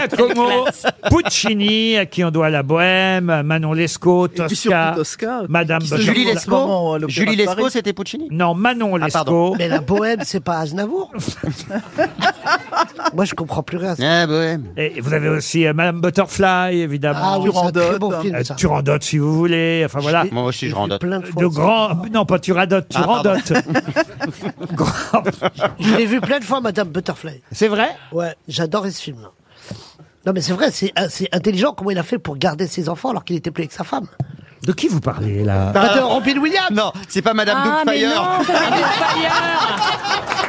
Giacomo Puccini, à qui on doit la Bohème, Manon Lescaut, Et puis surtout Tosca, Tosca, Madame qui se Bachelot. joue Julie en ce moment Lescaut, à l'Opéra Julie de Paris. Lescaut, c'était Puccini. Non, Manon Ah, pardon. Lescaut. Mais la bohème, c'est pas Aznavour. Moi, je comprends plus rien. à ça. Ah, bohème. Et vous avez aussi euh, Madame Butterfly, évidemment. Ah oui, c'est un très bon Turandot, film, Euh, ça. Turandot, si vous voulez. Enfin voilà. hein. Moi aussi, je J'ai rendote. fait plein de fois De ça. grands. Non, pas Turandot, Turandot. Grand- Je l'ai vu plein de fois, Madame Butterfly. C'est vrai Ouais, j'adorais ce film. Non, mais c'est vrai, c'est euh, c'est intelligent comment il a fait pour garder ses enfants alors qu'il était plus avec sa femme. De qui vous parlez là Ah, de Robin Williams Non, c'est pas Madame Ah, mais Doubtfire. non, ça c'est Doubtfire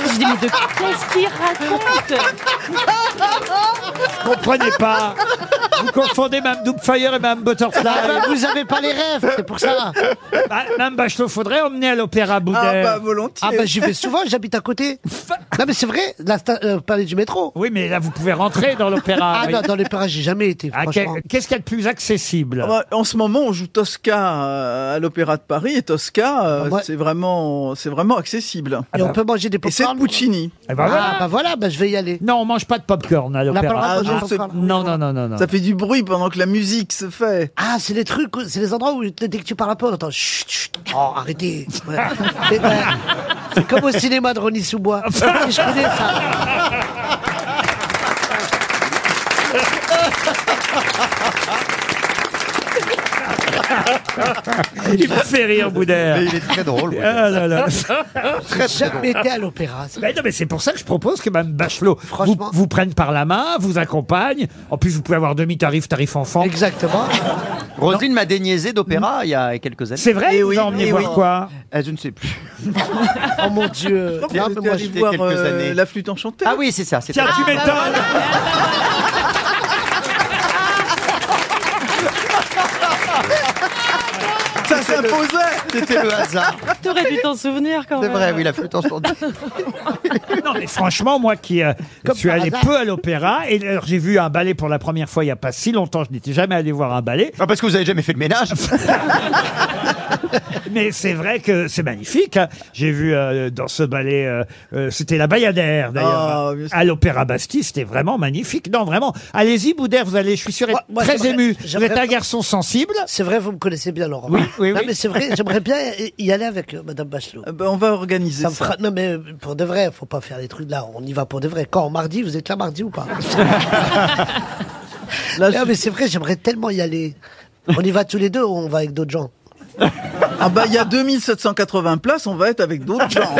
Je dis, mais de qu'est-ce qu'il raconte Vous comprenez pas Vous confondez Mme Doubtfire et Mme Ah Butterfly. bah, vous avez pas les rêves, c'est pour ça. Bah, Mme Bachelot, faudrait emmener à l'Opéra Boudet. Ah bah Ah volontiers. bah j'y vais souvent, j'habite à côté. Non mais c'est vrai, la sta- euh, palais du métro. Oui, mais là, vous pouvez rentrer dans l'opéra. Ah oui. non, dans les parages, j'ai jamais été, Ah, franchement. que- Qu'est-ce qu'il y a de plus accessible Ah bah, en ce moment, on joue Tosca euh, à l'Opéra de Paris et Tosca, euh, Ah ouais. c'est vraiment, c'est vraiment accessible. Et on peut manger des Et c'est popcorn. de Puccini. Eh ben voilà. Ah bah voilà, bah, je vais y aller. Non, on mange pas de popcorn hein, à On n'a pas le droit l'opéra. de manger Ah, des je- popcorn. Non, non, non, non, non. Ça fait du bruit pendant que la musique se fait. Ah, c'est les trucs, c'est les endroits où dès que tu parles un peu, on entend chut, chut. Oh, arrêtez. Ouais. Mais, ouais, c'est comme au cinéma de Ronnie Sous-Bois. Je connais ça. Il me fait rire, Mais Boudère. il est très drôle. ouais. Ah là là. J'ai jamais été à l'opéra. ça. Ben non, mais c'est pour ça que je propose que Mme Bachelot vous, Franchement. vous prenne par la main, vous accompagne. En plus, vous pouvez avoir demi-tarif, tarif enfant. Exactement. Roselyne m'a déniaisé d'opéra il y a quelques années. C'est vrai, Eh vous oui, a emmené eh voir oui. quoi Ah, je ne sais plus. Oh mon Dieu. Donc, Ah, on mais était moi, allé je- j'étais voir, euh, quelques années. la flûte enchantée. Ah oui, c'est ça. c'est Tiens, ça. tu m'étonnes ça s'imposait. C'était le hasard. T'aurais dû t'en souvenir quand C'est même. vrai, oui, la flûte enchantée. Non, mais franchement, moi qui euh, suis par allé hasard. peu à l'opéra, et alors j'ai vu un ballet pour la première fois il n'y a pas si longtemps, je n'étais jamais allé voir un ballet, Ah, parce que vous avez jamais fait le ménage. mais c'est vrai que c'est magnifique. hein. J'ai vu euh, dans ce ballet, euh, euh, c'était la Bayadère d'ailleurs, Ah, bien sûr. à l'Opéra Bastille, c'était vraiment magnifique. Non, vraiment, allez-y, Boudère, vous allez, je suis sûr, être Moi- moi, très j'aimerais- ému. Vous j'aimerais- êtes un garçon sensible. C'est vrai, vous me connaissez bien, Laurent. Oui, oui, non, oui. mais c'est vrai, j'aimerais bien y aller avec euh, Madame Bachelot. Ah bah, on va organiser Ça ça. me fera- Non, mais euh, pour de vrai, faut pas faire les trucs là. On y va pour de vrai. Quand mardi, vous êtes là mardi ou pas Là, Non, je- mais c'est vrai, j'aimerais tellement y aller. On y va tous les deux ou on va avec d'autres gens Ah bah il y a 2780 places, on va être avec d'autres gens.